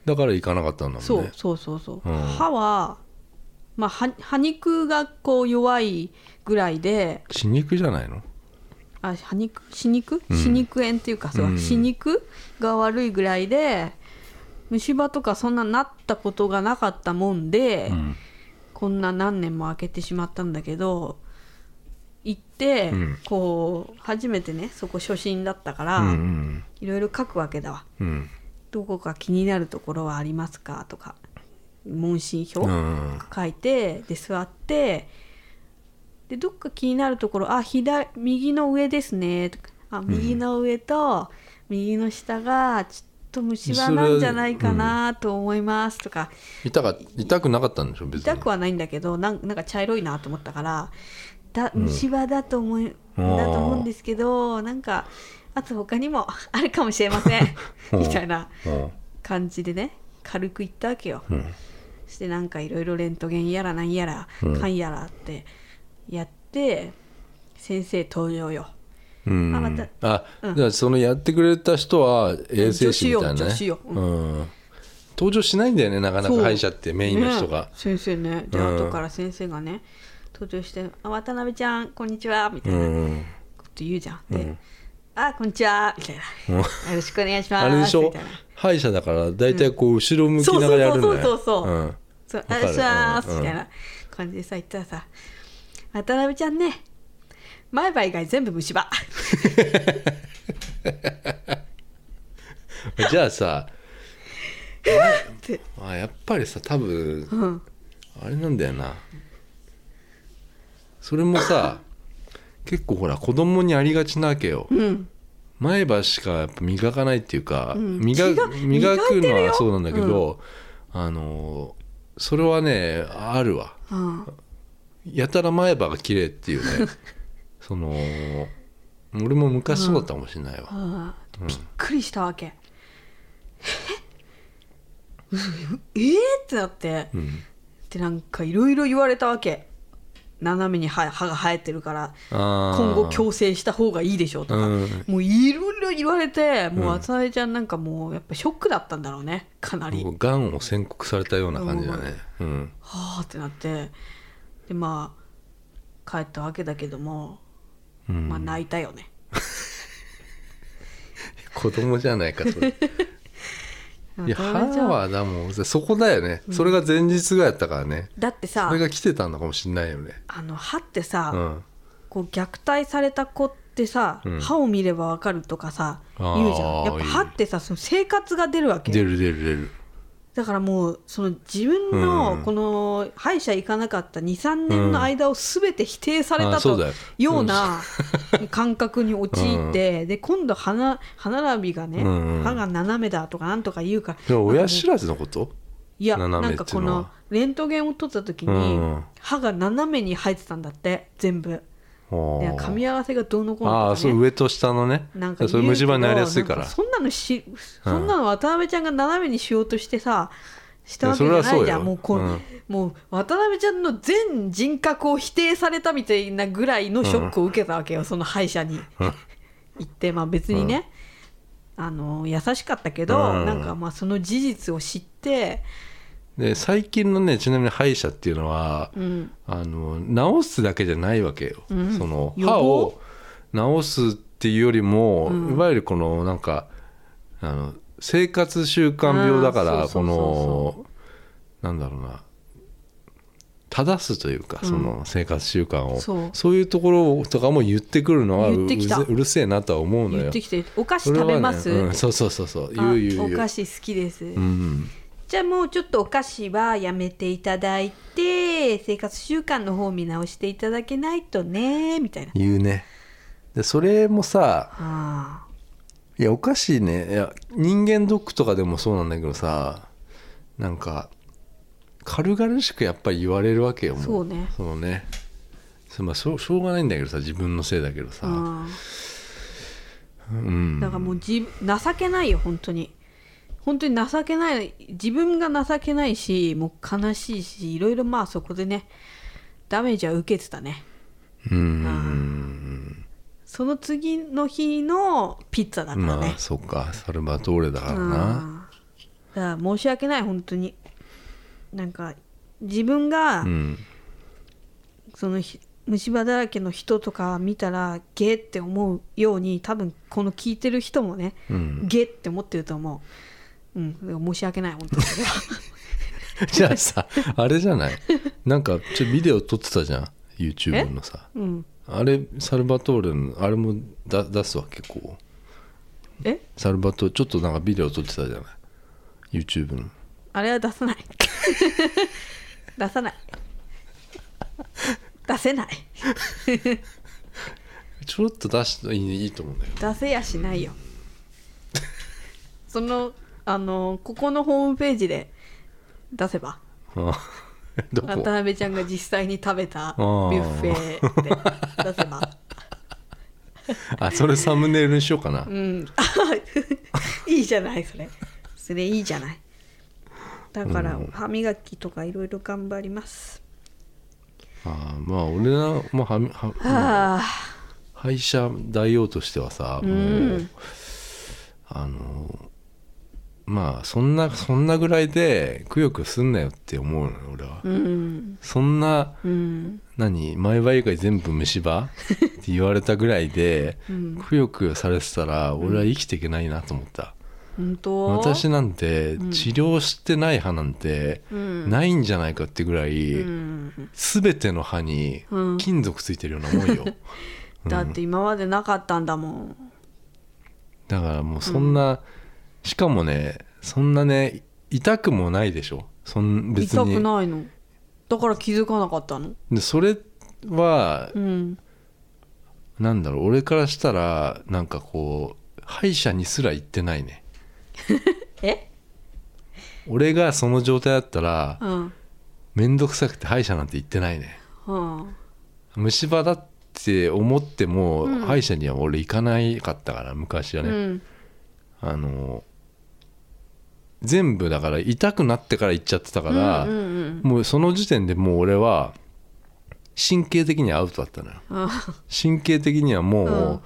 だから行かなかったんだそもんうねそうそうそう、うん歯は、まあ、歯歯肉がこう弱いぐらいで血肉じゃないのあ歯肉歯肉うん歯肉炎っていうか、そううん歯肉が悪いぐらいで虫歯とかそんななったことがなかったもんで、うんこんな何年も開けてしまったんだけど行って、うんこう初めてねそこ初心だったから、うんうんいろいろ書くわけだわうんどこか気になるところはありますかとか問診票、うん書いてで座ってでどっか気になるところ「あ左右の上ですね」とか「あ右の上と右の下がちょっと虫歯なんじゃないかなと思います」とか、痛か痛くなかったんでしょ別に痛くはないんだけどなんなんか茶色いなと思ったからだ虫歯だと思うい、んだと思うんですけどなんかあと他にもあるかもしれません うんみたいなうん感じでね軽く言ったわけよ。うんしてなんかいろいろレントゲンやらなんやらうんかんやらってやって、先生登場ようんあまたあうんじゃあそのやってくれた人は衛生士みたいなね助手よ助手うん登場しないんだよねなかなそうか歯医者ってメインの人ねが、先生ねでうん後から先生がね登場して「あ渡辺ちゃんこんにちは」みたいうなこんと言うじゃん、でうんあこんにちは」みたいな「うんよろしくお願いします」あれでしみょたいな歯医者だから大体こう後ろ向きながらやるんだよ、うんそうそうそうそうそうんそう、わあかいるらっしゃいますうんみたいな感じでさ、言ったらさ、渡辺ちゃんね、前歯以外全部虫歯。じゃあさって、あやっぱりさ多分うん、あれなんだよなそれもさ結構ほら子供にありがちなわけよ、うん、前歯しかやっぱ磨かないっていうか、ん磨違う磨く磨いてのるよはそうなんだけど、あのーそれはねあるわうん、やたら前歯が綺麗っていうねその俺も昔そうだったかもしれないわ、あーびっくりしたわ け。ええーってなって、うんでなんかいろいろ言われたわけ。斜めに歯歯が生えてるからあー今後矯正した方がいいでしょうとか、うんもういろいろ言われてもう浅井ちゃんなんかもうやっぱショックだったんだろうねかなり、もうがんを宣告されたような感じだねうんはあってなってでまあ帰ったわけだけども、うんまあ泣いたよね子供じゃないかそれいや渡辺ちゃ歯んはだもんそこだよね、それが前日がやったからねだってさそれが来てたのかもしんないよねあの歯ってさ、うんこう虐待された子ってさ、うん歯を見ればわかるとかさあー言うじゃんやっぱ歯ってさその生活が出るわけ出る出る出るだからもうその自分うんのこの歯医者行かなかった23年の間を全て否定されあたーそとうだよような 感覚に陥ってで今度歯な歯並びがねうんうん歯が斜めだとかなんとか言うからでも親知らずのこといや斜なめんってかいうこのはのレントゲンを撮った時うんうにん歯が斜めに生えてたんだって全部あでー噛み合わせがどうのこうあーのとかそねう上と下のねなんかそういう虫歯になりやすいかなんらそんなのし、そんなの渡辺ちゃんが斜めにしようとしてさしたわけいじやゃそれなはいじゃそうんよもうこう、うんもう渡辺ちゃんの全人格を否定されたみたいなぐらいのショックを受けたわけよ、その歯医者に行ってまあ別にね、あの優しかったけど、うんなんかまあその事実を知ってで最近のねちなみに歯医者っていうのは、うんあの治すだけじゃないわけよ、その予防歯を治すっていうよりも、いわゆるこのなんかあの生活習慣病だからあーそこうそうそのなうんだろうな正すというか、その生活習慣をそういうところとかも言ってくるのは言ってきたううぜうるせえなとは思うのよ言ってきて「お菓子それは食ねべますうん、そうそうそうそう言う言うあお言う菓子好きです、うんじゃあもうちょっとお菓子はやめていただいて生活習慣の方を見直していただけないとねみたいな。言うねでそれもさあいやおかしいねいや人間ドックとかでもそうなんだけどさなんか軽々しくやっぱり言われるわけよもうそうねそのねそまあしょうしょうがないんだけどさ自分のせいだけどあ、さあうあんだからもうじ情けないよ本当に本当に情けない自分が情けないしもう悲しいしいろいろまあそこでねダメージは受けてたねうんその次の日のピッツァだからまねあ、そっかサルバトーレだからうんなだから申し訳ない本当になんか自分が、うんそのひ虫歯だらけの人とか見たらゲーって思うように多分この聞いてる人もね、うん ゲーって思ってると思う、うん、だから申し訳ない本当にじゃあさあれじゃないなんかちょビデオ撮ってたじゃん YouTube のさうん、あれサルバトーレのあれもだ出すわけこうえサルバトちょっとなんかビデオ撮ってたじゃない YouTube のあれは出さない 出さない出せないちょろっと出していいいいと思うんだけど出せやしないよそのあのここのホームページで出せばあ どこ渡辺ちゃんが実際に食べたあビーュッフェで出せば。あそれサムネイルにしようかな、うん、あ いいじゃないそれそれいいじゃないだから歯磨きとかいろいろ頑張ります、あーまあ俺らもうはみはあ歯医者大王としてはさもう、うんあのまあそんなそんなぐらいでくよくよすんなよって思うのよ俺は、あうんそんなうん何前歯以外全部虫歯って言われたぐらいで、くよくよされてたら俺は生きていけないなと思った、本当私なんて治療してない歯なんてうんないんじゃないかってぐらい、うん全ての歯にうん金属ついてるようなもん よ、だって今までなかったんだもんだからもうそんな、しかもねそんなね痛くもないでしょそん別痛くにないのだから気づかなかったのでそれはうんなんだろう俺からしたらなんかこう歯医者にすら行ってないね え俺がその状態だったらうん面倒くさくて歯医者なんて行ってないねうん虫歯だって思っても、うん歯医者には俺行かないかったから昔はうね、んあの全部だから痛くなってから行っちゃってたから、うんうんもうその時点でもう俺は神経的にはアウトだったのよあ神経的にはもう、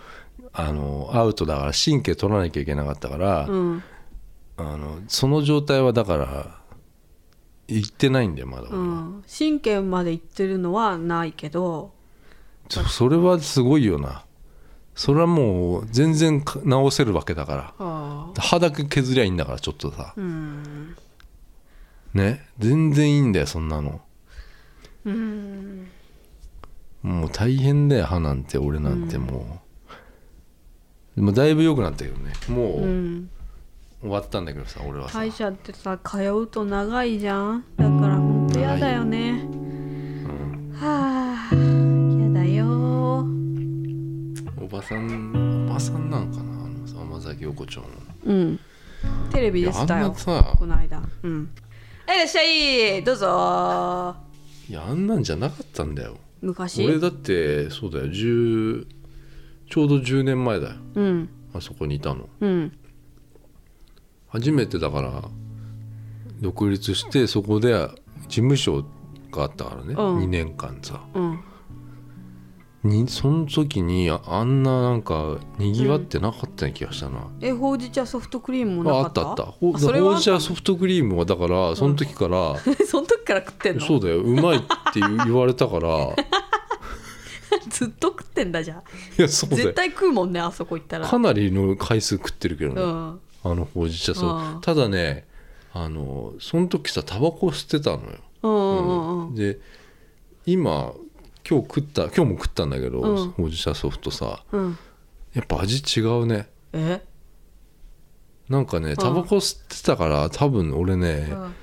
あのアウトだから神経取らなきゃいけなかったから、うんあのその状態はだから行ってないんだよまだ俺うは、ん神経までいってるのはないけどそそれはすごいよなそれはもう全然か治せるわけだからあ歯だけ削りゃいいんだからちょっとさあうんね全然いいんだよそんなのうんもう大変だよ歯なんて俺なんてもう、でもだいぶ良くなったけどねもううん終わったんだけどさ俺はさ、歯医者ってさ通うと長いじゃんだからほんと嫌だよねうん、はあ嫌だよおばさんおばさんなんかなあのさ甘崎横丁のうんテレビいでやあしんたよなさこの間うんはいいらっしゃいどうぞいやあんなんじゃなかったんだよ昔俺だってそうだよ10ちょうど10年前だようんあそこにいたのうん初めてだから独立してそこで事務所があったからね、うん2年間さうんにその時にああんななんかにぎわってなかったような気がしたな、えほうじ茶ソフトクリームもあなあかっったたあったほそれはほうじ茶ソフトクリームはだからその時から、 その時から食ってんのそうだようまいって言う言われた からずっと食ってんだじゃんいやそうだ絶よ対食うもんねあそこ行ったらかなりの回数食ってるけどね、うんあのほうじ茶そううんただねあのその時さタバコ吸ってたのようんうんうんで今今日食った今日も食ったんだけど、うんほうじ茶ソフトさうんやっぱ味違うねえなんかねタバコ吸ってたから、多分俺ね、うん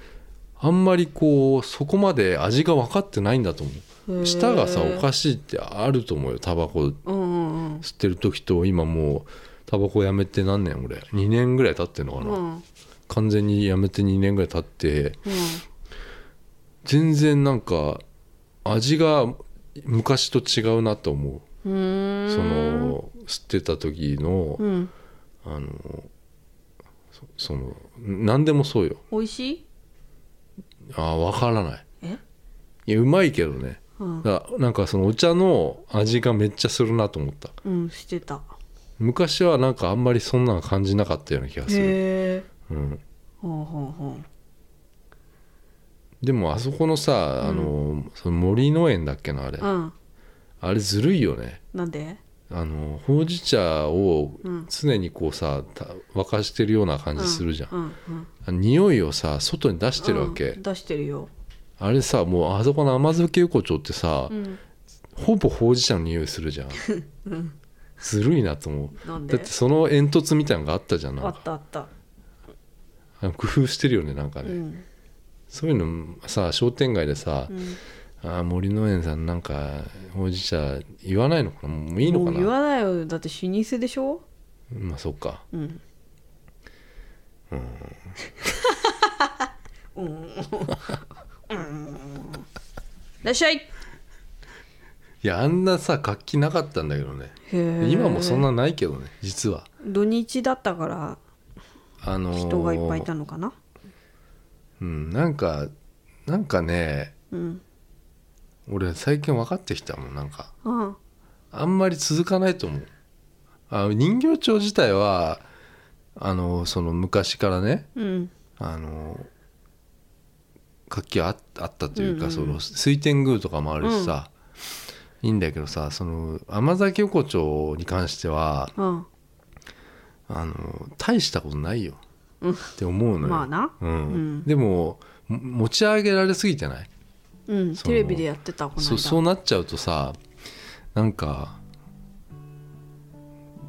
あんまりこうそこまで味が分かってないんだと思へーう舌がさおかしいってあると思うよタバコうんうん吸ってる時と今もうタバコやめて何年俺2年ぐらい経ってんのかうんな、うん完全にやめて2年ぐらい経ってうん全然なんか味が昔と違うなと思ううーんその吸ってた時の、うんあのそその何でもそうよ美味しいあ分からないえいやうまいけどねうんだからなんかそのお茶の味がめっちゃするなと思ったうんしてた昔はなんかあんまりそんなの感じなかったような気がする、へえうん、ほうほうほでもあそこのさ、あのその森の園だっけなあれ、ううんあれずるいよねなんであのほうじ茶をうん常にこうさ、た沸かしてるような感じするじゃん、うんうんあ匂いをさ外に出してるわけ、うん出してるよあれさもうあそこの甘漬け横丁ってさ、うんほぼほうじ茶の匂いするじ ゃんずるいなと思うなんだっでてその煙突みたいなのがあったじゃんなあんっかたあったあの工夫してるよねなんかうね、んそういうのさ商店街でさう、んあー森農園さんなんかほうじ茶言わないのかなもういいのかもう言なわないよだって老舗でしょまあそっかうんうんうんいらっしゃいへいやあんなさ活気なかったんだけどねえ今もそんなないけどね実は土日だったからあのー人がいっぱいいたのかなうんなんかなんかねうん俺最近分かってきたもんなんかうんあんまり続かないと思うあ人形町自体はあのその昔からねうんあの活気はああったというか、うんうんその水天宮とかもあるしさ、いいんだけどさその甘崎横丁に関してはうんあの大したことないよって思うのよ、まあなうんうんでもも持ち上げられすぎてないうんそのテレビでやってたこの間そそうなっちゃうとさなんか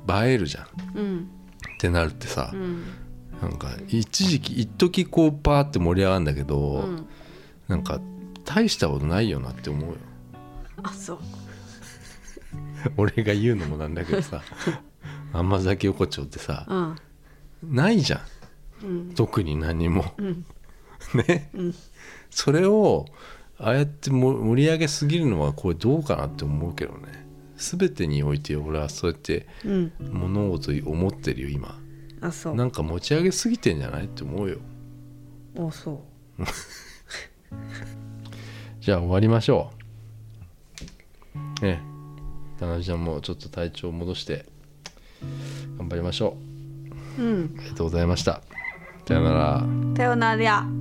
映えるじゃんっうんてなるってさ、うんなんか一時期一時こうパーって盛り上がるんだけど、うんなんか大したことないよなって思うよ あそう俺が言うのもなんだけど さ甘酒横丁ってさうんないじゃうんん特に何もうんね、うんそれをああやっても盛り上げすぎるのはこれどうかなって思うけどね全てにおいて俺はそうやってうん物事思ってるよ今あそうなんか持ち上げすぎてんじゃないって思うよあそうじゃあ終わりましょうええ田中ちゃんもちょっと体調を戻して頑張りましょううんありがとうございましたさよならさようなら